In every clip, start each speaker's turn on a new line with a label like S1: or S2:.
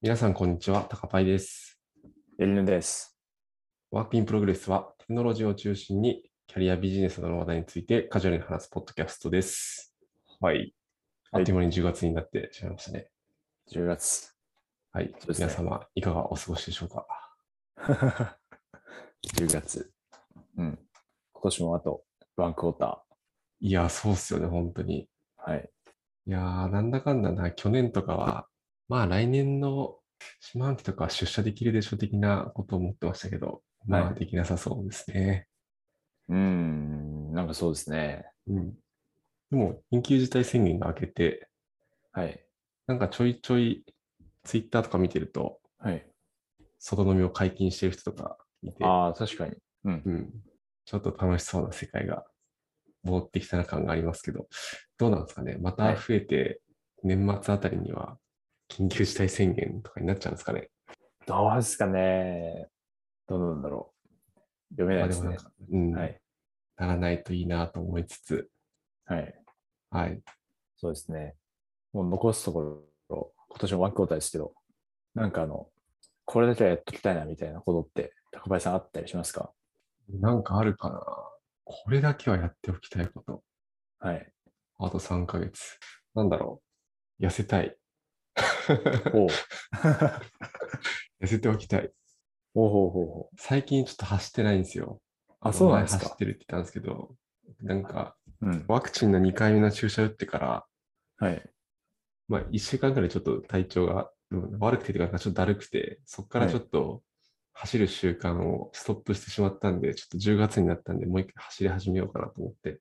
S1: 皆さん、こんにちは。高パイです。
S2: エリヌです。
S1: ワークインプログレスは、テクノロジーを中心に、キャリアビジネスなどの話題についてカジュアルに話すポッドキャストです。
S2: はい。
S1: あっという間に10月になってしまいましたね。
S2: 10月。
S1: はい。
S2: そうですね
S1: 皆様、いかがお過ごしでしょうか。
S2: 10月。うん。今年もあとワンクォータ
S1: いや、そうっすよね、本当に。
S2: ー。はい。
S1: いやー、なんだかんだな、去年とかは、まあ来年の四半期とかは出社できるでしょ的なことを思ってましたけど、ま
S2: は
S1: あ
S2: い
S1: できなさそうですね。
S2: うーん。なんかそうですね。
S1: うん。でも、緊急事態宣言が明けて、
S2: はい。
S1: なんかちょいちょい、ツイッターとか見てると、
S2: はい。
S1: 外飲みを解禁してる人とかいて、
S2: ああ、確かに。うん
S1: う。ん、ちょっと楽しそうな世界が戻ってきたな感がありますけど、どうなんですかね、また
S2: はい
S1: 増えて、年末あたりには緊急事態宣言とかになっちゃうんですかね。
S2: どうですかね。どうなんだろう。読め
S1: まあ
S2: ないで
S1: ですもな
S2: ね
S1: ん。か、うん
S2: はい。
S1: ならないといいなと思いつつ、
S2: はい。
S1: はい、
S2: そうですね。もう残すところ、今年もワンクォーターですけど、なんかあの、これだけはやっときたいなみたいなことって、高林さんあったりしますか
S1: なんかあるかな。これだけはやっておきたいこと。
S2: はい。
S1: あと3ヶ月。なんだろう。痩せたい。
S2: おう
S1: 痩せておきたい。
S2: おうほうほうほう。
S1: 最近ちょっと走ってないんですよ。
S2: あ、そうなんです
S1: 前走
S2: か
S1: っ。てるって言ったんですけど、なんか、
S2: うん。
S1: ワクチンの2回目の注射打ってから、
S2: はい。
S1: まあ、1週間ぐらいちょっと体調がうん悪くてというか、ちょっとだるくて、そこから
S2: はい
S1: ちょっと走る習慣をストップしてしまったんで、ちょっと10月になったんで、もう一回走り始めようかなと思って。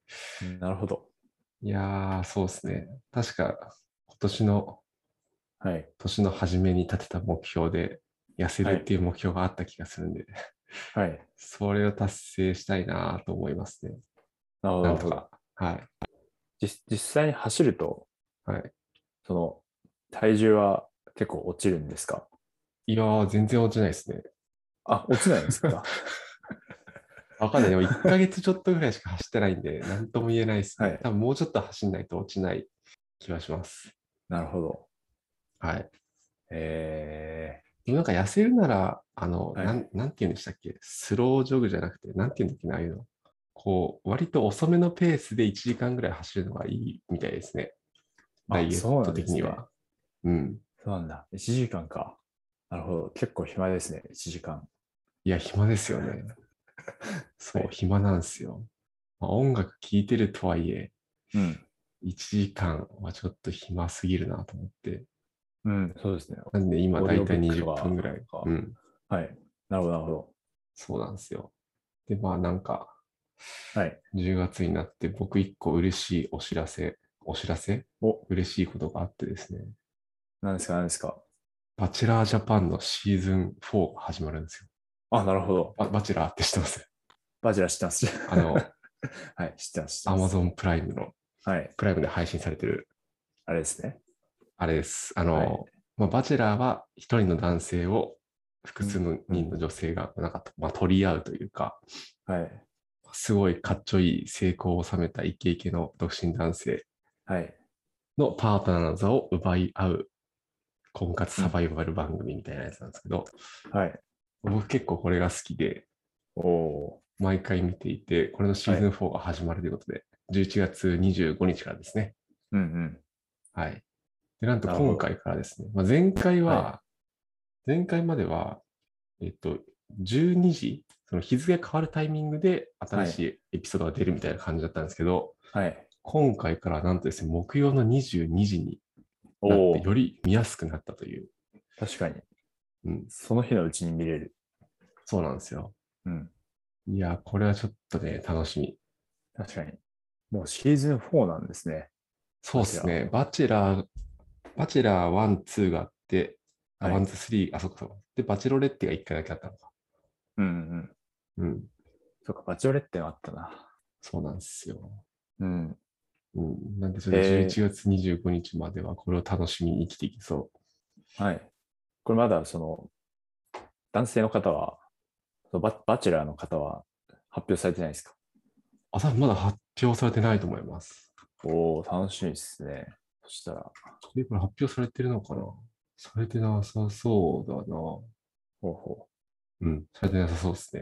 S2: なるほど。
S1: いやー、そうですね。確か、今年の、
S2: はい。
S1: 年の初めに立てた目標で、痩せるっていう目標があった気がするんで、
S2: はい。
S1: それを達成したいなと思いますね。
S2: なるほど。
S1: なんとか。はい。
S2: 実実際に走ると、
S1: はい。
S2: その、体重は結構落ちるんですか
S1: いやー、全然落ちないですね。
S2: あ、落ちないんです か
S1: わかんない。でも1ヶ月ちょっとぐらいしか走ってないん で、なんとも言えないですね。
S2: はい
S1: 多分もうちょっと走んないと落ちない気はします。
S2: なるほど。
S1: はい。
S2: え
S1: でもなんか痩せるなら、あの、
S2: はい
S1: なん、なんて言うんでしたっけスロージョグじゃなくて、なんて言うんだっけな、ああいうの。こう、割と遅めのペースで1時間ぐらい走るのがいいみたいですね。
S2: あ
S1: ダイエット的には。うん。
S2: ー、そうなんだ。1時間か。なるほど。結構暇ですね。1時間。
S1: いや、暇ですよ ね。そう、暇なんですよ。まあ、音楽聴いてるとはいえ、
S2: うん。
S1: 1時間はちょっと暇すぎるなと思って。
S2: うん、そうですね。
S1: なんで今
S2: オー
S1: だ
S2: ディ
S1: い
S2: オ
S1: たい
S2: ブックと
S1: 20
S2: か
S1: 分ぐらい。
S2: か
S1: うん。
S2: はい。なるほど、なるほど。
S1: そうなんですよ。で、まあなんか、
S2: はい。
S1: 10月になって僕一個嬉しいお知らせ、お知らせ
S2: お、
S1: 嬉しいことがあってですね。
S2: 何ですか、何ですか。
S1: バチェラージャパンのシーズン4が始まるんですよ。
S2: あ、なるほど。
S1: ババチェラーって知ってます
S2: バジラ知ってます。
S1: あの、
S2: はい、知ってます。知ってます
S1: Amazon プライムの、
S2: はい。
S1: プライムで配信されてる
S2: あれですね。
S1: あれです。あの、
S2: はい
S1: まあ、バチェラーは一人の男性を複数の人の女性がなんか、まあ、取り合うというか、
S2: はい。
S1: すごいかっちょいい成功を収めたイケイケの独身男性
S2: はい。
S1: のパートナーの座を奪い合う婚活サバイバル番組みたいなやつなんですけど、
S2: はい。
S1: 僕結構これが好きで、
S2: おお
S1: 毎回見ていて、これのシーズン4が始まるということで、11月25日からですね。
S2: ー。うんうん。
S1: はい。で、なんと
S2: なるほど
S1: 今回からですね、まあ、前回は、
S2: は
S1: 前回までは、えっと、12時、その日付が変わるタイミングで新しいエピソードが出るみたいな感じだったんですけど、
S2: はい。
S1: 今回からなんとですね、木曜の22時に
S2: お
S1: なっ
S2: お
S1: て、。より見やすくなったという、
S2: 確かに。
S1: うん、
S2: その日のうちに見れる。
S1: そうなんですよ。
S2: うん。
S1: いや、これはちょっとね、楽しみ。
S2: 確かに。もうシーズン4なんですね。
S1: そうですね、バチェラー、バチェラー1、2があって、あ、
S2: はい
S1: 1、2、3、あ、そっかそっか。で、バチェロレッテが1回だけあったのか。
S2: うんう
S1: う
S2: ん。
S1: ん、
S2: そっか、バチオレッテがあったな。
S1: そうなんですよ。
S2: うん。
S1: うん、なんで、それ
S2: えー
S1: 11月25日まではこれを楽しみに生きていきそ
S2: はい。これまだ、その、男性の方は、そのババチェラーの方は発表されてないですか
S1: う。あ、多分まだ発表されてないと思います。
S2: おお楽しみですね。そしたら、
S1: え、これ発表されてるのかなされてなさそうだな。
S2: ほうほ
S1: うん、されてなさそうですね。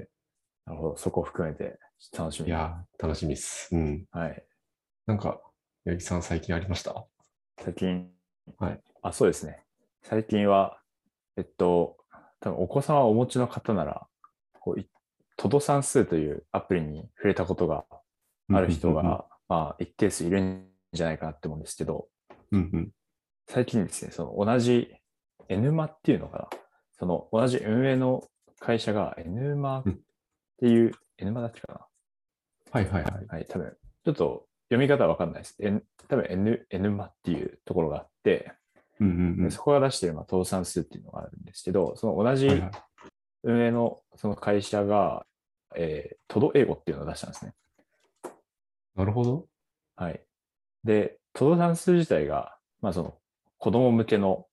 S2: う。なるほど。そこを含めて楽しみ。
S1: いやー、楽しみっす。うん。
S2: はい。
S1: なんか、八木さん最近ありました
S2: 最近、
S1: はい。
S2: あ、そうですね。最近は、えっと、多分お子様をお持ちの方なら、こういトド算数というアプリに触れたことがある人が、まあ、一定数いるんじゃないかなって思うんですけど、
S1: うんうん。
S2: 最近ですね、その同じ N マっていうのかな、その同じ運営の会社が N マっていう、N マだっけか
S1: はいはいはい。
S2: な、はい、多分ちょっと読み方はわかんないです。N、多分 N、N マっていうところがあって、
S1: うんうんう
S2: でそこが出しているまあ倒産数っていうのがあるんですけど、その同じ
S1: ん。はいはい
S2: 運営のその会社が、えー、トド英語っていうのを出したんですね。
S1: なるほど。
S2: はい。で、トド算数自体が、まあその子供向けの、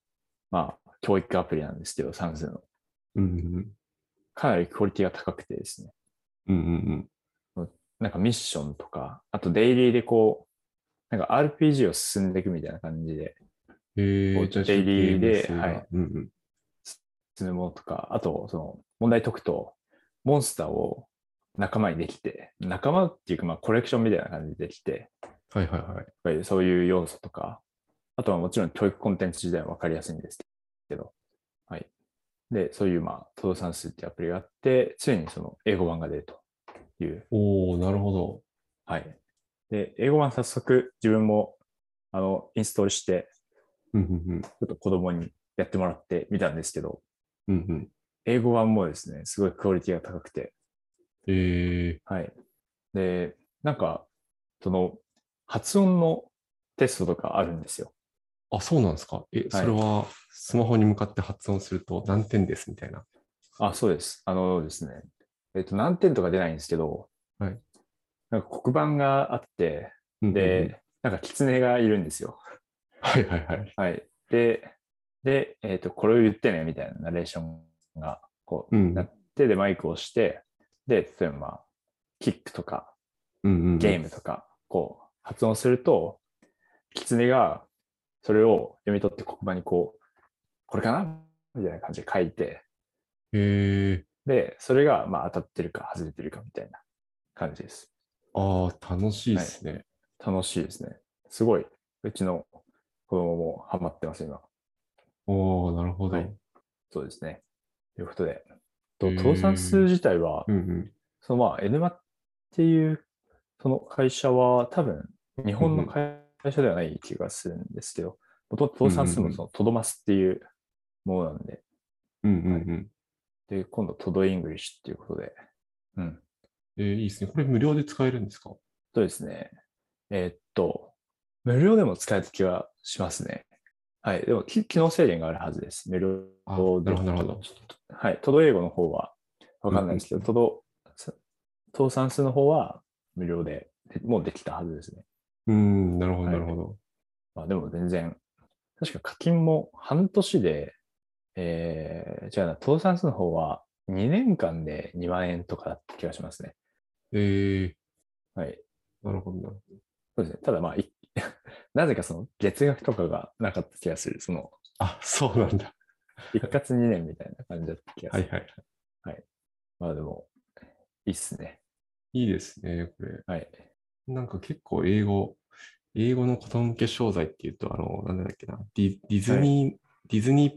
S2: まあ教育アプリなんですけど、算数の。
S1: うんうん
S2: かなりクオリティが高くてですね、
S1: うん。うんうん
S2: なんかミッションとか、あとデイリーでこう、なんか RPG を進んでいくみたいな感じで
S1: うん。へ
S2: こ
S1: え
S2: う
S1: ー、じゃあ、
S2: デイリーで
S1: ちょっとゲーム性が
S2: はい
S1: うんうん。
S2: 進むものとか、あとその問題解くと、モンスターを仲間にできて、仲間っていうかまあコレクションみたいな感じでできて、
S1: はいはいはい。
S2: やっぱりそういう要素とか、あとはもちろん教育コンテンツ自体は分かりやすいんですけど、はい。で、そういうまあ、トド算数っていうアプリがあって、ついにその英語版が出るという
S1: おー、なるほど。
S2: はい。で、英語版早速自分もあのインストールして、
S1: うんうんうん
S2: ちょっと子供にやってもらってみたんですけど、
S1: うんうん。
S2: 英語版もですね、すごいクオリティが高くて、
S1: え
S2: はい。で、なんか、その発音のテストとかあるんですよ。
S1: ー、あ、そうなんですか。え、それはスマホに向かって発音すると何点ですみたいな。
S2: あ、そうです。あのですね、えっと、何点とか出ないんですけど、
S1: はい。
S2: なんか黒板があって、
S1: うんうんうん、
S2: で、なんか狐がいるんですよ。
S1: はいはいはい。
S2: はい。で、で、えっ、と、これを言ってね、みたいなナレーションが、こう、
S1: うん
S2: なって、で、マイクを押して、で、例えば、まあ、キックとか、
S1: うんうんうん、
S2: ゲームとか、こう、発音すると、キツネが、それを読み取って黒板にこう、これかなみたいな感じで書いて、
S1: へえ
S2: で、それが、まあ、当たってるか、外れてるか、みたいな感じです。
S1: ー、ああ、楽しいですね。
S2: 楽しいですね。すごい、うちの子供もハマってます、今。
S1: おー、なるほど。
S2: はいそうですね。ということで、と
S1: へー
S2: 倒産数自体は、
S1: うんうん。
S2: そのまあ、エヌマっていうその会社は多分日本
S1: う
S2: の
S1: んうん
S2: 会社ではない気がするんですけど、もともと倒産数
S1: うんうんうん
S2: もそのトドマスっていうものなんで、
S1: うんうんうん。
S2: で、今度トドイングリッシュっていうことで、うん。
S1: えー、いいですね。これ無料で使えるんですか
S2: そうですね。えーっと、無料でも使えた気がしますね。はい。でも、き機能制限があるはずです。無料
S1: あなるほ
S2: で。
S1: ど、なるほど。
S2: はい。トド英語の方はわかんないですけど、
S1: うん
S2: トド、倒産数の方は無料で、でもうできたはずですね。
S1: うーん、なるほど、
S2: は
S1: ないるほど。
S2: まあでも全然、確か課金も半年で、えー、じゃあな、倒産数の方は2年間で2万円とかだった気がしますね。
S1: え
S2: はい。
S1: ー、なるほどなるほど。
S2: そうですね。ただまあ、い なぜかその月額とかがなかった気がする。その
S1: あ、そうなん だ。
S2: 一括2年みたいな感じだった気がす
S1: は
S2: る。
S1: いはい。
S2: まあでも、いいっすね。
S1: いいですね、これ。
S2: はい。
S1: なんか結構英語、英語の子供向け商材っていうと、あの、なんだっけな、ディディズニー、ディズニ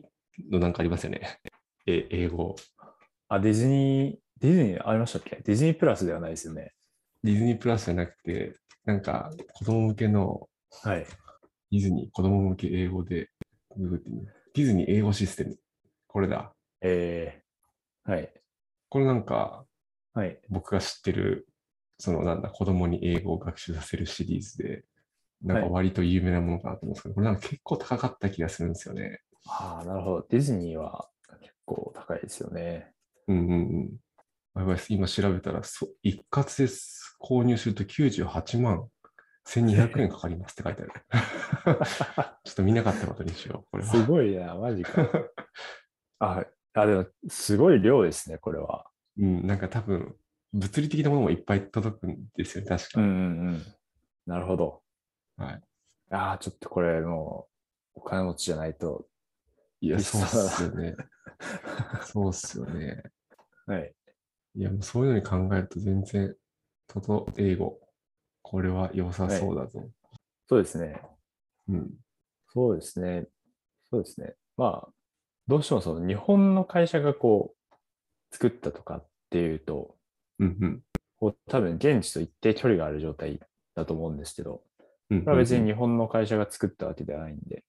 S1: ーのなんかありますよね。 え、英語。
S2: あ、ディズニー、ディズニーありましたっけディズニープラスではないですよね。
S1: ディズニープラスじゃなくて、なんか子供向けの
S2: はい。
S1: ディズニー、子供向け英語で、ググってみるディズニー英語システム。これだ。
S2: えー、はい。
S1: これなんか、
S2: はい。
S1: 僕が知ってる、そのなんだ、子供に英語を学習させるシリーズで、なんか
S2: はい
S1: 割と有名なものかなと思うんですけど、これなんか結構高かった気がするんですよね。
S2: ああ、なるほど。ディズニーは結構高いですよね。
S1: うんうんうん。やばいです今調べたら、そ一括です購入すると98万1200円かかりますって 書いてある。 ちょっと見なかったことにしよう、これ
S2: す
S1: は。
S2: ごいな、マジか。 あ、あでも、すごい量ですね、これは。
S1: うん、なんか多分、物理的なものもいっぱい届くんですよね、確か。
S2: んうん。なるほど。
S1: はい。
S2: ああ、ちょっとこれもう、お金持ちじゃないと
S1: いや、そ
S2: 実
S1: うっ
S2: 際は
S1: すよね。そうっすよね。
S2: はい。
S1: いや、もうそういうのに考えると全然、トト英語、これは良さそうだぞ。
S2: そうですね。
S1: うん。
S2: そうですね。そうですね。まあ、どうしてもその日本の会社がこう、作ったとかっていうと、
S1: うんうん。
S2: こう多分現地と一定距離がある状態だと思うんですけど、
S1: うんうん
S2: これは別に日本の会社が作ったわけではないんで、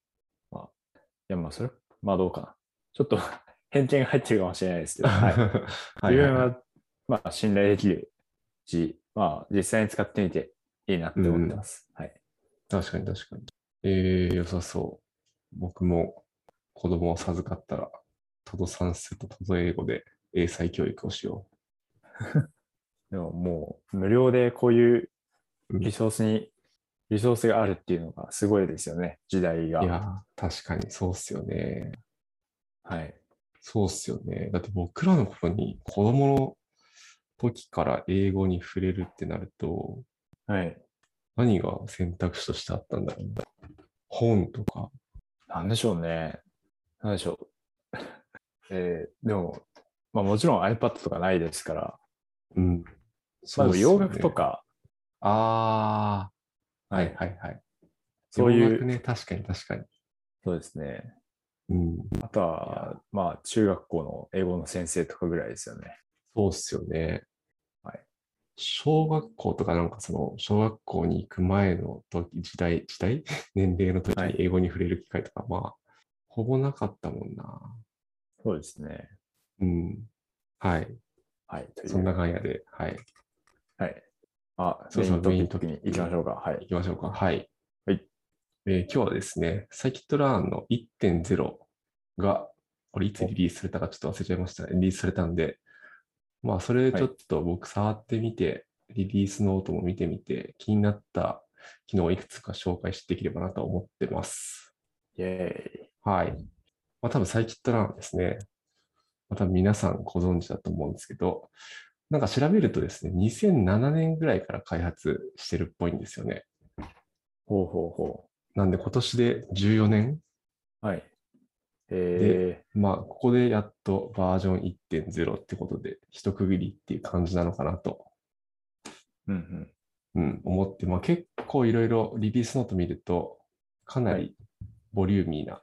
S2: まあ、いやまあそれ、まあどうかな。ちょっと 偏見が入ってるかもしれな いですけど、はい、
S1: はい。
S2: 自分
S1: はいはいはい
S2: は、まあ、信頼できるし、まあ実際に使ってみていいなって思ってます。はい。
S1: 確かに確かに。えー、良さそう。僕も子供を授かったら、トド算数とトド英語で英才教育をしよ
S2: でももう無料でこういう
S1: うん
S2: リソースに、リソースがあるっていうのがすごいですよね、時代
S1: う。いや
S2: が。
S1: ー、確かにそうっすよね。
S2: はい。
S1: そうっすよね。だって僕らの頃に子供の時から英語に触れるってなると、
S2: はい。
S1: 何が選択肢としてあったんだろう。本とか。
S2: なんでしょうね。なんでしょう。 えーでも、まあもちろん iPad とかないですから、
S1: うん。
S2: まあでも洋
S1: そうっすよね
S2: 楽と。か、
S1: ああ、は
S2: はい
S1: いはいはい。
S2: そういう
S1: 洋楽ね、確かに確かに。
S2: そうですね。
S1: うん。
S2: あとは、まあ中学校の英語の先生とかぐらいですよね。
S1: そうっすよね。
S2: はい。
S1: 小学校とかなんかその、小学校に行く前の時、時代、時代 年齢の時
S2: はい
S1: に英語に触れる機会とか、まあ、ほぼなかったもんな。
S2: そうですね。
S1: うん。はい。
S2: はい。という
S1: そんな感じで、はい。
S2: はい。あ、
S1: そうそう
S2: メイ
S1: メ
S2: ン
S1: イント
S2: 時
S1: ピ
S2: に行きましょうか。はい
S1: 行。きましょうか。はい。
S2: はい
S1: えー今日はですね、サイキットラーンの1.0が、これいつリリースされたかちょっと忘れちゃいましたね。リリースされたんで、まあ、それちょっと僕触ってみて、リリースノートも見てみて、気になった機能をいくつか紹介していければなと思ってます。
S2: イェーイ。
S1: はい。まあ、多分サイキットラーンですね。まあ、多分皆さんご存知だと思うんですけど、なんか調べるとですね、2007年ぐらいから開発してるっぽいんですよね。
S2: ほうほうほ
S1: なんで今年で14年、
S2: う。はい。え
S1: まあ、ここでやっとバージョン1.0ってことで、一区切りっていう感じなのかなと、
S2: ー、うん
S1: うん、思って、まあ、結構いろいろリリースノート見ると、かなりボリューミーなこ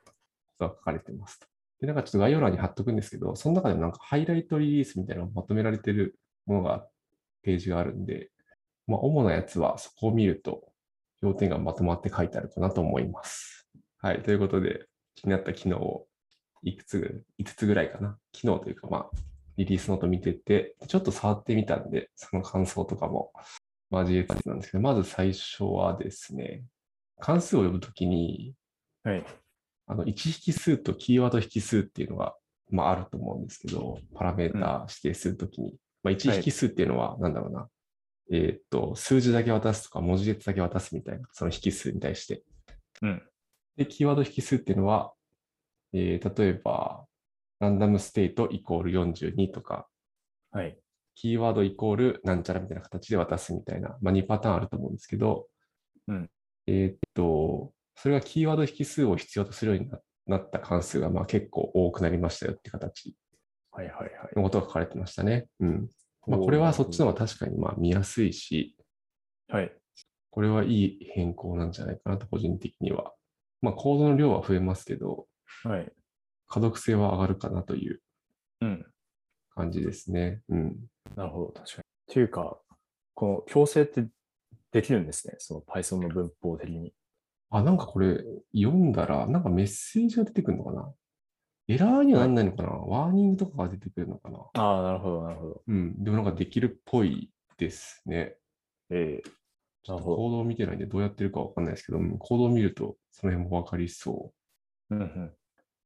S1: とが書かれてますと。で、なんかちょっと概要欄に貼っとくんですけど、その中でもなんかハイライトリリースみたいなのがまとめられてるものが、ページがあるんで、まあ、主なやつはそこを見ると、要点がまとまって書いてあるかなと思います。はい。ということで、気になった機能をいくつ、5つぐらいかな。機能というか、まあ、リリースノート見てて、ちょっと触ってみたんで、その感想とかも交えつつなんですけど、まず最初はですね、関数を呼ぶときに、
S2: うん。はい。
S1: あの、1引数とキーワード引数っていうのが、まあ、あると思うんですけど、パラメータ指定するときに、まあ、1引数っていうのは、なんだろうな、えーっと、数字だけ渡すとか、文字列だけ渡すみたいな、その引数に対して。
S2: うん。
S1: で、キーワード引数っていうのは、えー例えば、ランダムステートイコール42とか、
S2: はい。
S1: キーワードイコールなんちゃらみたいな形で渡すみたいな、まあ、2パターンあると思うんですけど、
S2: うん
S1: えーっと、それがキーワード引数を必要とするようにななった関数がまあ結構多くなりましたよって形
S2: はいはいはい。
S1: のことが書かれてましたね。うん。まあ、これはそっちの方が確かにまあ見やすいし、
S2: はい。
S1: これはいい変更なんじゃないかなと、個人的には。まあ、コードの量は増えますけど、
S2: はい。
S1: 可読性は上がるかなという
S2: うん。
S1: 感じですね。うん。
S2: なるほど。確かに。というか、この強制ってできるんですね。その Python の文法的に。
S1: あ、なんかこれ読んだら、なんかメッセージが出てくるのかなエラーにはなんないのかな、ワーニングとかが出てくるのかな
S2: ああ、なるほど、なるほど。
S1: うん。でもなんかできるっぽいですね。
S2: ええ
S1: ちょっと
S2: なるほど
S1: コードを見てないんでどうやってるかわかんないですけど、うんコードを見るとその辺もわかりそ
S2: うんうん。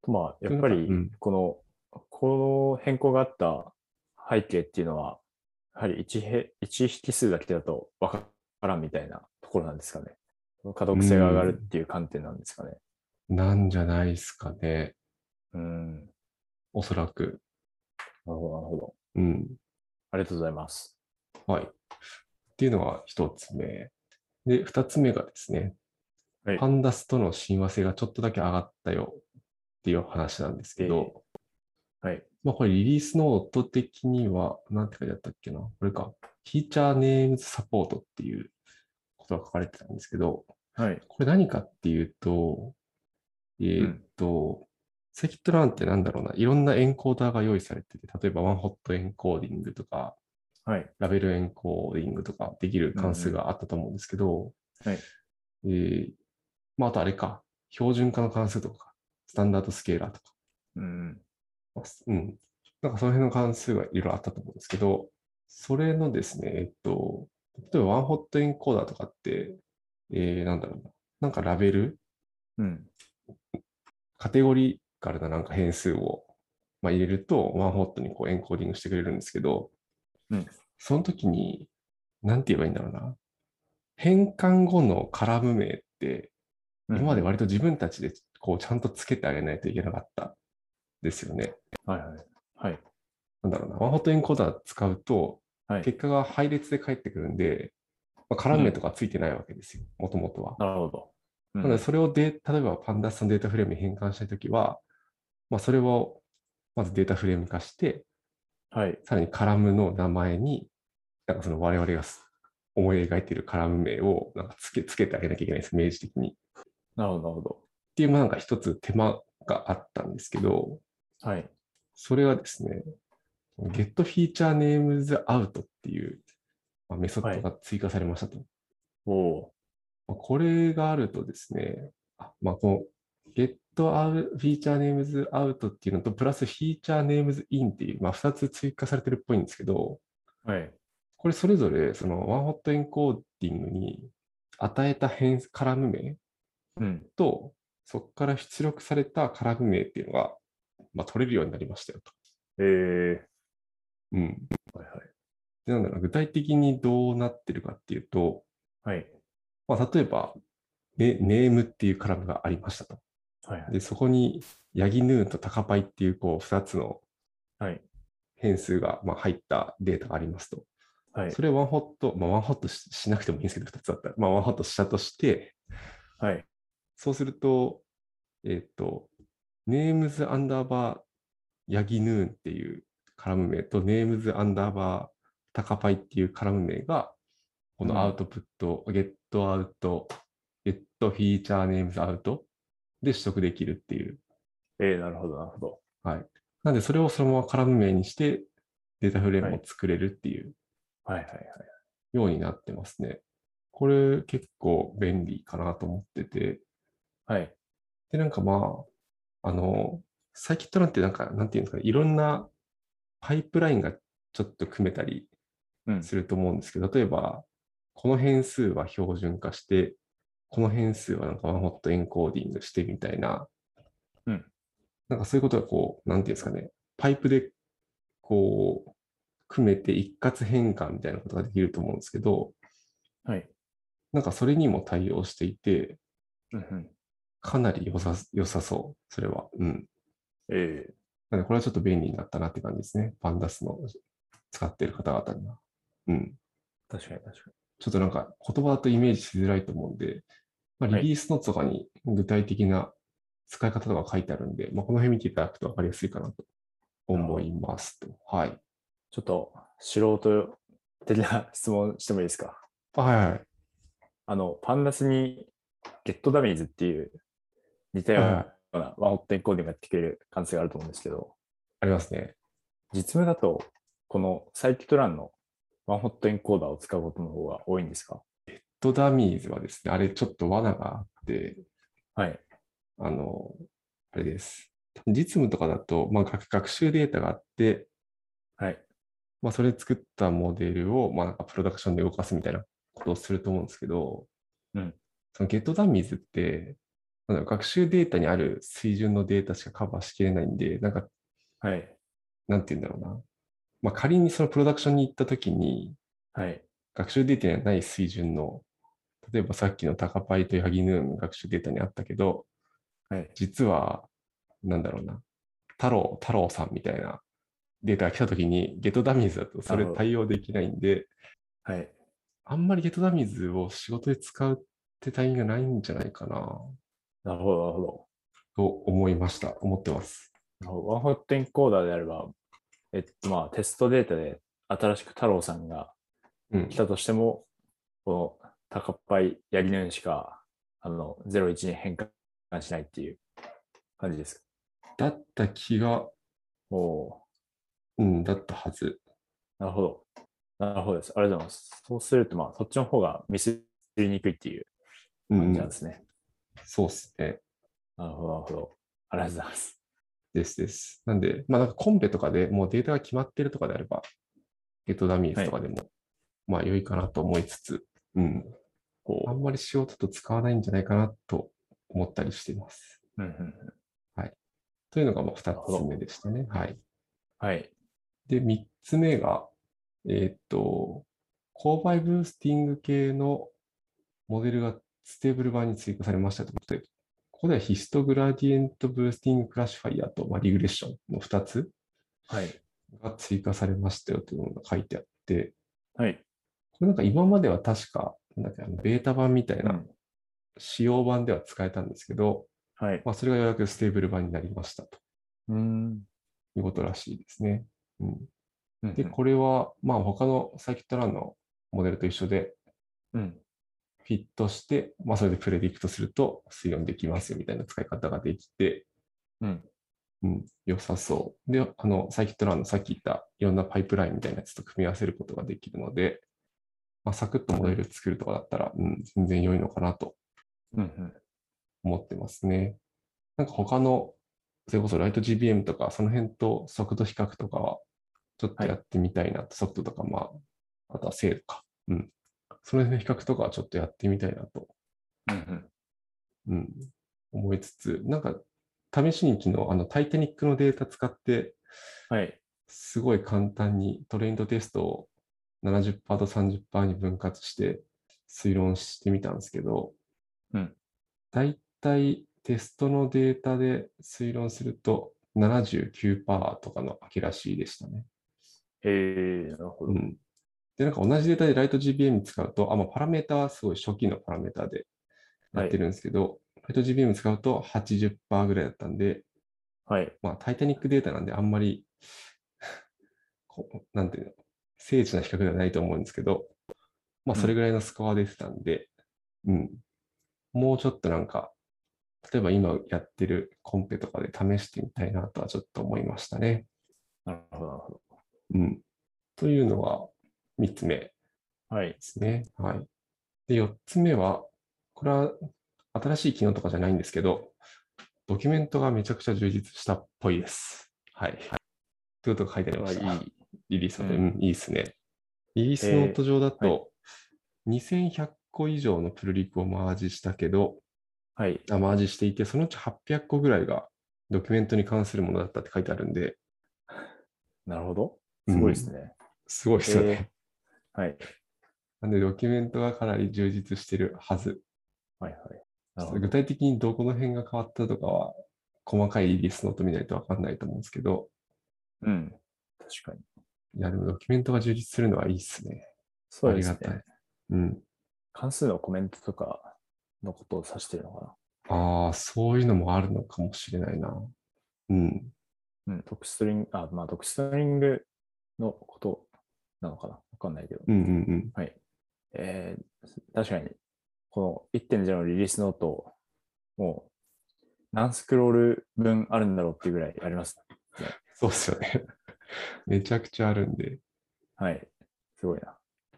S2: まあ、やっぱ
S1: う
S2: り
S1: ん、
S2: この、この変更があった背景っていうのは、やはり一へ一引数だけだと分からんみたいなところなんですかね。その可読性が上がるっていう観点なんですかね。
S1: う。なんじゃないですかね。
S2: うん。なる
S1: おそらく。
S2: ほど、なるほど。
S1: うん。
S2: ありがとうございます。
S1: はい。っていうのが一つ目。で、二つ目がですね、
S2: はい
S1: パンダスとの親和性がちょっとだけ上がったよっていう話なんですけど、
S2: はい。
S1: まあこれリリースノート的には、なんて書いてあったっけなこれか。Feature Names Support っていうことが書かれてたんですけど、
S2: はい。
S1: これ何かっていうと、えーっと、セキットランってなんだろうな、いろんなエンコーダーが用意されてて、例えばワンホットエンコーディングとか、
S2: はい。
S1: ラベルエンコーディングとかできる関数があったと思うんですけど、
S2: はい
S1: えーまあ、あとあれか、標準化の関数とか、スタンダードスケーラーとか、
S2: うん。
S1: まあすうん。なんかその辺の関数がいろいろあったと思うんですけど、それのですね、えっと、例えばワンホットエンコーダーとかって、えー、なんだろうな、なんかラベル、
S2: うん。
S1: カテゴリーからのなんか変数を、まあ、入れると、ワンホットにこうエンコーディングしてくれるんですけど、
S2: うん
S1: その時に、なんて言えばいいんだろうな。変換後のカラム名って、
S2: うん
S1: 今まで割と自分たちでこうちゃんとつけてあげないといけなかったですよね。
S2: はいはい。はい。
S1: なんだろうな。ワンホットエンコーダー使うと、
S2: はい
S1: 結果が配列で返ってくるんで、まあ、カラム名とかついてないわけですよ。もともとは。
S2: なるほど。う
S1: なので、それをデー例えばパンダスのデータフレームに変換したいときは、まあ、それをまずデータフレーム化して、
S2: はい。
S1: さらにカラムの名前に、なんかその我々がす思い描いているカラム名をなんかつけつけてあげなきゃいけないんです、明示的に。っ
S2: なるほど、なるほど。
S1: ていう、まあなんか一つ手間があったんですけど、
S2: はい。
S1: それはですね、getFeatureNamesOut っていうまあメソッドが追加されましたと。
S2: おお
S1: まあこれがあるとですね、あまあ、この get out feature names out っていうのと、プラス feature names in っていう、まあ、2つ追加されてるっぽいんですけど、
S2: ー。はい。
S1: これそれぞれそのワンホットエンコーディングに与えた変カラム名
S2: うん。
S1: と、そこから出力されたカラム名っていうのが、まあ、取れるようになりましたよと。
S2: えー。
S1: うん。
S2: はいはい。
S1: で、なんだろう、具体的にどうなってるかっていうと、
S2: はい。
S1: まあ、例えば、ねネームっていうカラムがありましたと。
S2: はいはい。
S1: で、そこに、ヤギヌーンとタカパイっていう、こう、二つの
S2: はい
S1: 変数が、まあ、入ったデータがありますと。
S2: はい
S1: そ。れをワンホット、まあ、ワンホットししなくてもいいんですけど、二つだったら、まあ、ワンホットしたとして、
S2: はい。
S1: そうすると、えっ、と、ネームズアンダーバーヤギヌーンっていうカラム名と、ネームズアンダーバータカパイっていうカラム名が、こ
S2: うん
S1: のアウトプット、ゲットアウト、ゲットフィーチャーネームズアウトで取得できるっていう
S2: えー、なるほど、なるほど。
S1: なんで、それをそのままカラム名にして、データフレームを作れるっていう
S2: はいはいはい。
S1: ようになってますね。これ結構便利かなと思ってて。
S2: はい。
S1: で、なんかまあ、あの、サーキットランってなんか、なんていうんですかね、いろんなパイプラインがちょっと組めたり
S2: うん。
S1: すると思うんですけど、例えば、この変数は標準化して、この変数はなんかワンホットエンコーディングしてみたいな、
S2: うん
S1: なんかそういうことがこう、なんていうんですかね、パイプでこう、組めて一括変換みたいなことができると思うんですけど、
S2: はい。
S1: なんかそれにも対応していて、
S2: うんうん。
S1: かなり良さ良さそう、それは。うん。
S2: えー。
S1: なのでこれはちょっと便利になったなって感じですね。パンダスの使ってる方々には。うん。
S2: 確かに確か
S1: ちょっとなんか言葉だとイメージしづらいと思うんで、まあ、
S2: はい
S1: リリースノートとかに具体的な使い方とか書いてあるんで、まあ、この辺見ていただくと分かりやすいかなと思いますと。はい。
S2: ちょっと素人的な質問してもいいですか
S1: あはいはい。
S2: あの、パンダスにゲットダミーズっていう似たよう
S1: はいはい
S2: なワンホットエンコーディングがやってくれる関数があると思うんですけど、
S1: ありますね。
S2: 実務だと、このサイキットランのワンホットエンコーダーを使うことの方が多いんですか
S1: ドダミーズはですね、あれちょっと罠があって、
S2: はい。
S1: あの、あれです。実務とかだと、まあ、学学習データがあって、
S2: はい。
S1: まあ、それ作ったモデルを、まあ、なんかプロダクションで動かすみたいなことをすると思うんですけど、
S2: うん
S1: そのゲットダミーズって、なんだろう学習データにある水準のデータしかカバーしきれないんで、なんか、
S2: はい。
S1: なんて言うんだろうな。まあ、仮にそのプロダクションに行ったときに、
S2: はい。
S1: 学習データにはない水準の、例えばさっきのタカパイとヤギヌーンの学習データにあったけど、
S2: はい。
S1: 実は、なんだろうな、太郎、太郎さんみたいなデータが来たときに、ゲットダミーズだとそれ対応できないんで、
S2: はい。
S1: あんまりゲットダミーズを仕事で使うってタイミングがないんじゃないかな。
S2: なるほど、なるほど。
S1: と思いました。思ってます。
S2: ワンホットエンコーダーであれば、えっと、まあ、テストデータで新しく太郎さんが
S1: うん
S2: 来。たとしても、この高っぱいやりのようにしか、あの、01に変換しないっていう感じです。
S1: だった気が、
S2: も
S1: うん、だったはず。
S2: う、なるほど。なるほどです。ありがとうございます。そうすると、まあ、そっちの方がミスりにくいっていう
S1: う
S2: 感
S1: ん、
S2: じ
S1: う
S2: なん
S1: ん
S2: で。すね。
S1: そうですね。
S2: なるほど、なるほど。ありがとうございます。
S1: ですです。なんで、まあなんかコンペとかでもうデータが決まってるとかであれば、ゲットダミーズとかでも、まあ良いかなと思いつつ、うん。こう、あんまり仕事と使わないんじゃないかなと思ったりしています。
S2: うんうんうん
S1: というのがまあ
S2: るほど
S1: 2つ目でしたね。はい。
S2: はい。
S1: で、3つ目が、えーっと、購買ブースティング系のモデルがステーブル版に追加されましたということで、ここではヒストグラディエントブースティングクラシファイアと、まあ、リグレッションの2つ
S2: はい。
S1: が追加されましたよというのが書いてあって、
S2: はい。
S1: これなんか今までは確か、なんだっけ、あのベータ版みたいな使用版では使えたんですけど、
S2: はい。
S1: まあ、それがようやくステーブル版になりましたと
S2: うん。
S1: いうことらしいですね。うん、
S2: うん
S1: で、これは、まあ他のサーキットランのモデルと一緒で、
S2: うん。
S1: フィットして、まあ、それでプレディクトすると推論できますよみたいな使い方ができて、
S2: うん。
S1: うん、良さそう。で、あの、サーキットランのさっき言ったいろんなパイプラインみたいなやつと組み合わせることができるので、まあ、サクッとモデル作るとかだったら、うん、全然良いのかなと
S2: うんうん。
S1: 思ってますね。なんか他の、それこそライト GBM とか、その辺と速度比較とかは、ちょっとやってみたいなと、速度とか、まあ、あとは精度か。うん。その辺の比較とかはちょっとやってみたいなと
S2: うんう
S1: う
S2: ん。
S1: ん、思いつつ、なんか、試しに昨日、あの、タイタニックのデータ使って、
S2: はい。
S1: すごい簡単にトレインドテストを70%と30%に分割して推論してみたんですけど、
S2: うん。
S1: だいたいテストのデータで推論すると79%とかの秋らしいでしたね。
S2: えー、なるほど
S1: う。ん。で、なんか同じデータでライト GBM 使うと、あ、まあ、パラメータはすごい初期のパラメータでやってるんですけど、ライト GBM 使うと80%ぐらいだったんで、
S2: はい。
S1: まあ、タイタニックデータなんであんまり、 こうなんていうの、精緻な比較ではないと思うんですけど、まあ、
S2: うん
S1: それぐらいのスコア出てたんで、うん。もうちょっとなんか、例えば今やってるコンペとかで試してみたいなとはちょっと思いましたね。
S2: なるほど、なるほ
S1: うん。というのが3つ目で
S2: ど。はい。
S1: すね。はい。で、4つ目は、これは新しい機能とかじゃないんですけど、ドキュメントがめちゃくちゃ充実したっぽいです。はい。ということが書いてありま
S2: はい、
S1: し
S2: い
S1: た。
S2: い。
S1: リリースの、
S2: うん
S1: うんいいですね。リリースノート上だと、2100個以上のプルリクをマージしたけど、
S2: はい。
S1: あマージしていて、そのうち800個ぐらいがドキュメントに関するものだったって書いてあるんで、
S2: なるほど。すごいですね。
S1: すごいですよね。
S2: えーはい。
S1: なんで、ドキュメントがかなり充実してるはず。
S2: はいはい。なる
S1: 具体的にどこの辺が変わったとかは、細かいリリースノート見ないとわかんないと思うんですけど、
S2: うん。確かに。
S1: いや、でもドキュメントが充実するのはいいですね。
S2: そうです
S1: ありがた
S2: ね
S1: い。。うん。
S2: 関数のコメントとかのことを指してるのか
S1: ああ、そういうのもあるのかもしれないな。うん。
S2: な。うん。ドクストリング、あ、まあ、ドクストリングのことなのかな。わかんないけど。
S1: うんうんうん。
S2: えー確かに、この1.0のリリースノート、もう、何スクロール分あるんだろうっていうぐらいあります。
S1: そうっすよね。 めちゃくちゃあるんで。
S2: はい。すごいな。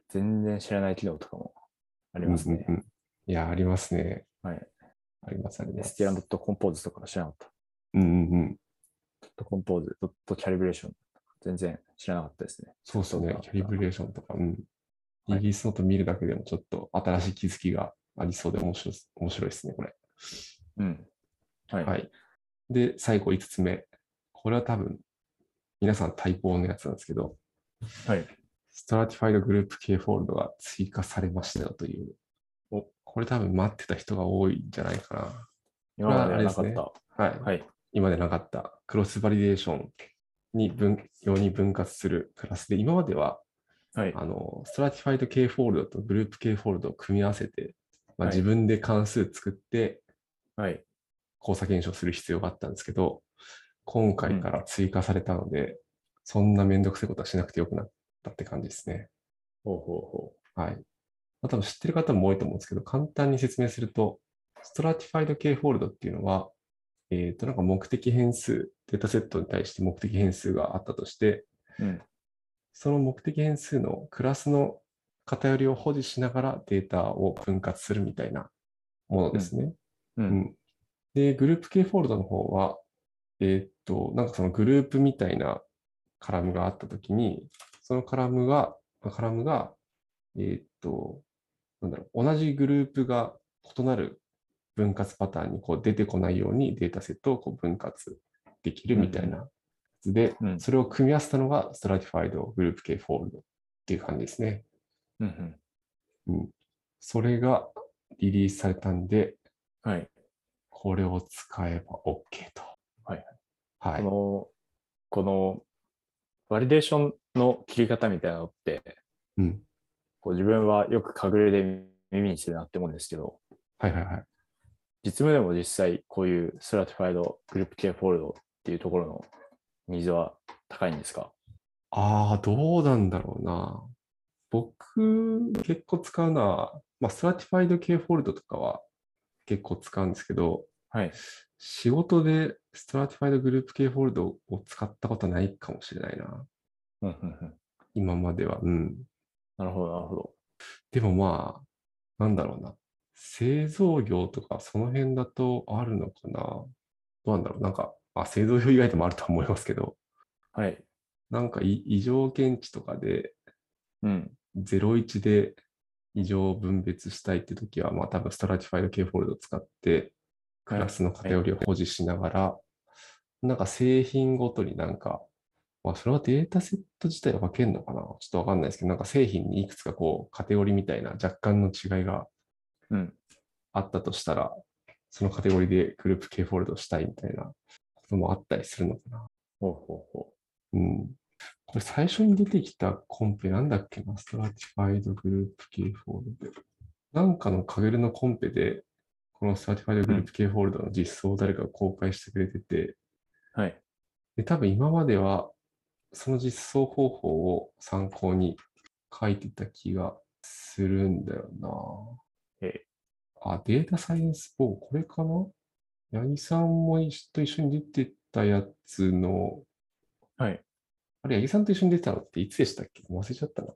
S2: 全然知らない機能とかもあ
S1: あ
S2: りますね。
S1: うんうんいや、ありますね。
S2: はい。
S1: あります、あります。
S2: stl.compose とか知らなかっ
S1: うんうんうん。
S2: た。compose.calibration。全然知らなかったですね。
S1: そうっすね
S2: そう。
S1: キ
S2: か
S1: ャリブレーションとか、うん。
S2: はい
S1: リリースノート見るだけでもちょっと新しい気づきがありそうで面白い面白いですね、これ。
S2: うん。はい。
S1: はい。で、最後5つ目。これは多分、皆さん待望のやつなんですけど、
S2: はい。
S1: ストラティファイドグループ K フォールドが追加されましたよという。おこれ多分待ってた人が多いんじゃないか
S2: 今まではな
S1: こ
S2: か
S1: れはあれで
S2: っ
S1: すな。
S2: た。
S1: はい。
S2: はい。
S1: 今までなかったクロスバリデーションに分用に分割するクラスで、今までは
S2: はい。
S1: あのストラティファイド K フォールドとグループ K フォールドを組み合わせて、まあ、
S2: はい
S1: 自分で関数作って、
S2: はい。
S1: 交差検証する必要があったんですけど、今回から追加されたので、そんなめんどくさいことはしなくてよくなったって感じですね。
S2: ほうほうほ
S1: はい。まあ、多分知ってる方も多いと思うんですけど、簡単に説明すると、ストラティファイド系フォールドっていうのは、えっ、と、なんか目的変数、データセットに対して目的変数があったとして、
S2: う。うん。
S1: その目的変数のクラスの偏りを保持しながらデータを分割するみたいなものですね。う
S2: う。
S1: んんで、グループ系フォールドの方は、えーっと、なんかそのグループみたいなカラムがあったときに、そのカラムが、カラムが、えーっと、なんだろう、同じグループが異なる分割パターンにこう出てこないようにデータセットをこう分割できるみたいなやつで、
S2: うん
S1: それを組み合わせたのがストラティファイドグループ系フォールドっていう感じですね。
S2: うんうん。
S1: うん、それがリリースされたんで、
S2: はい。
S1: これを使えば OK と。
S2: はい。
S1: は
S2: こ
S1: い。
S2: の、この、バリデーションの切り方みたいなのって、
S1: うん。
S2: こう自分はよくかぐれで耳にしてるなって思うんですけど、
S1: はいはいはい。
S2: 実務でも実際こういうストラティファイドグループ系フォールドっていうところのニーズは高いんですか
S1: ああ、どうなんだろうな。僕、結構使うのは、まあ、ストラティファイド系フォルドとかは結構使うんですけど、
S2: はい。
S1: 仕事でストラティファイドグループ系フォルドを使ったことないかもしれないな。
S2: うんうんうん。
S1: 今までは。うん。
S2: なるほど、なるほど。
S1: でもまあ、なんだろうな。製造業とかその辺だとあるのかな。どうなんだろう。なんか、あ、製造業以外でもあるとは思いますけど、
S2: はい。
S1: なんかい異常検知とかで
S2: うん。
S1: 01で異常を分別したいって時は、まあ多分ストラティファイド系フォールドを使って、クラスの偏りを保持しながら、なんか製品ごとになんか、まあそれはデータセット自体は分けるのかなちょっとわかんないですけど、なんか製品にいくつかこうカテゴリーみたいな若干の違いが
S2: うん。
S1: あったとしたら、そのカテゴリーでグループ系フォールドしたいみたいなこともあったりするのかな。
S2: ほうほうほ
S1: うん。これ最初に出てきたコンペなんだっけなストラティファイドグループ系フォールド。なんかのカゲルのコンペで、このストラティファイドグループ系フォールドの実装を誰かが公開してくれてて、
S2: う。はい。
S1: で、多分今まではその実装方法を参考に書いてた気がするんだよな。
S2: ええ
S1: あ、データサイエンス4、これかな八木さんも一緒と一緒に出てたやつの、
S2: はい。
S1: あれ、八木さんと一緒に出てたのっていつでしたっけ忘れちゃったな。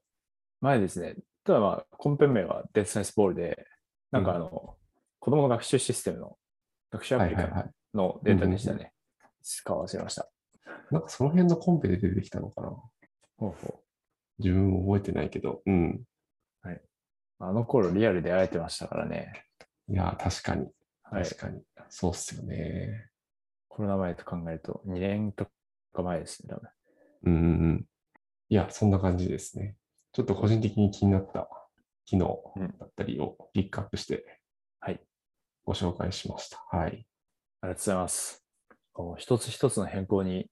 S2: 前ですね。ただまあ、コンペ名はデータサイエンスボールで、なんかあの、子供の学習システムの、学習ア
S1: は
S2: プ
S1: い
S2: リ
S1: は
S2: か
S1: いは。
S2: ないのデータでしたね。いつか忘れました。
S1: なんかその辺のコンペで出てきたのかな
S2: ほうほ
S1: 自分も覚えてないけど。うん。
S2: う。あの頃リアルで会えてましたからね。
S1: いやー、確かに。
S2: はい。
S1: 確かに。そうっすよね。
S2: コロナ前と考えると2年とか前ですね。多分
S1: うんうんうん。いや、そんな感じですね。ちょっと個人的に気になった機能
S2: うん
S1: だったりをピックアップして
S2: はい。
S1: ご紹介しました。はい。
S2: ありがとうございます。こう一つ一つの変更に、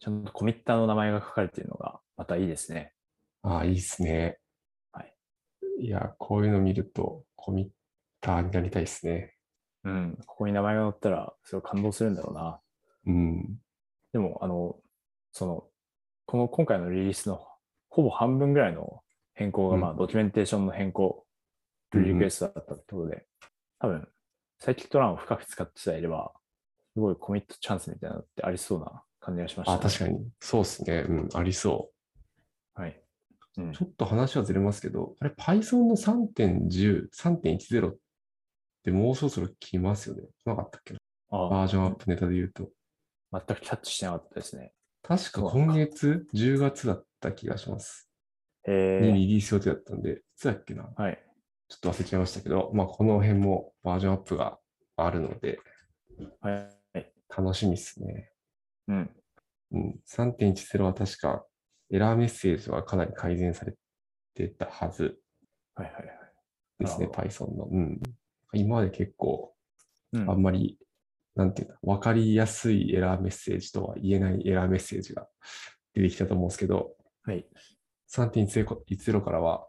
S2: ちゃんとコミッターの名前が書かれているのが、またいいですね。
S1: ああ、いいっすね。
S2: はい。
S1: いや、こういうの見ると、コミッターになりたいですね。
S2: うん。ここに名前が載ったら、すごい感動するんだろうな。
S1: うん。
S2: でも、あの、その、この今回のリリースのほぼ半分ぐらいの変更が、
S1: うん
S2: まあ、ドキュメンテーションの変更、
S1: うんうん
S2: リクエストだったってことで、多分、サイキットランを深く使ってさえいれば、すごいコミットチャンスみたいなのってありそうな感じがしました、
S1: あ、確か
S2: に。
S1: に。そうですね。うん、ありそ
S2: はい。うん
S1: う。ちょっと話はずれますけど、あれ、Python の3.10、3.10ってもうそろそろ来ますよね。来なかったっけな
S2: あ
S1: バージョンアップネタで言うと。
S2: 全くキャッチしてなかったですね。
S1: 確か
S2: そうか
S1: 今月10月だった気がします。
S2: へ
S1: に
S2: え
S1: リリース予定だったんで、いつだっけな
S2: はい。
S1: ちょっと忘れちゃいましたけど、まあ、この辺もバージョンアップがあるので、
S2: はい。
S1: 楽しみですね。
S2: うん。
S1: うん、3.10は確かエラーメッセージはかなり改善されてたはず
S2: はいはいはい。
S1: ですね、
S2: な
S1: Python の。うん、今まで結構
S2: うん
S1: あんまり、なんていうんだ、わかりやすいエラーメッセージとは言えないエラーメッセージが出てきたと思うんですけど、
S2: はい。
S1: 3.10からは、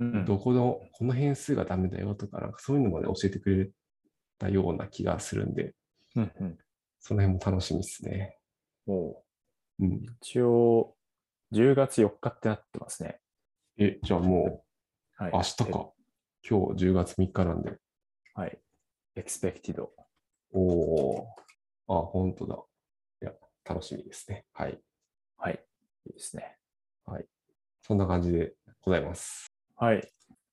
S2: うん
S1: どこの、この変数がダメだよとか、なんかそういうのまで教えてくれたような気がするんで、
S2: うんうん。
S1: その辺も楽しみですね。
S2: おう
S1: うん。
S2: 一応、10月4日ってなってますね。
S1: え、じゃあも
S2: は
S1: う
S2: い。
S1: 明日か。今日10月3日なんで。
S2: え。はい。エクスペクティド。
S1: おおー。あ、本当だ。いや、楽しみですね。はい。
S2: はい。いいですね。
S1: そんな感じでございます。
S2: はい。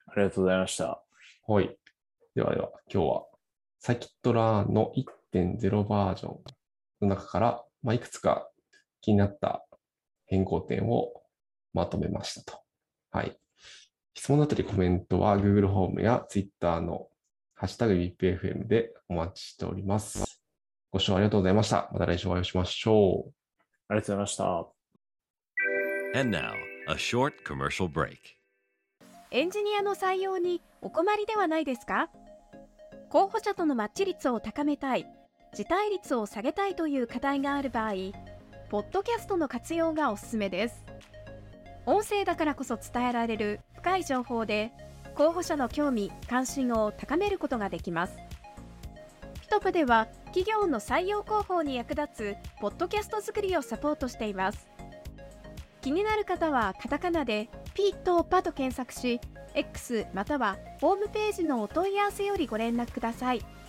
S2: ありがとうございました。
S1: はい。ではでは、今日はサーキットラーの1.0バージョンの中から、まあ、いくつか気になった変更点をまとめましたと。はい。質問だったりコメントは Google ホームや Twitter のハッシュタグ BPFM でお待ちしております。ご視聴ありがとうございました。また来週お会いしましょう。
S2: ありがとうございました。
S3: And now, a short commercial break.
S4: エンジニアの採用にお困りではないですか候補者とのマッチ率を高めたい、辞退率を下げたいという課題がある場合、ポッドキャストの活用がおすすめです。音声だからこそ伝えられる深い情報で、候補者の興味・関心を高めることができます。ピトプでは、企業の採用広報に役立つポッドキャスト作りをサポートしています。気になる方はカタカナで「ピーとパ」と検索し X またはホームページのお問い合わせよりご連絡ください。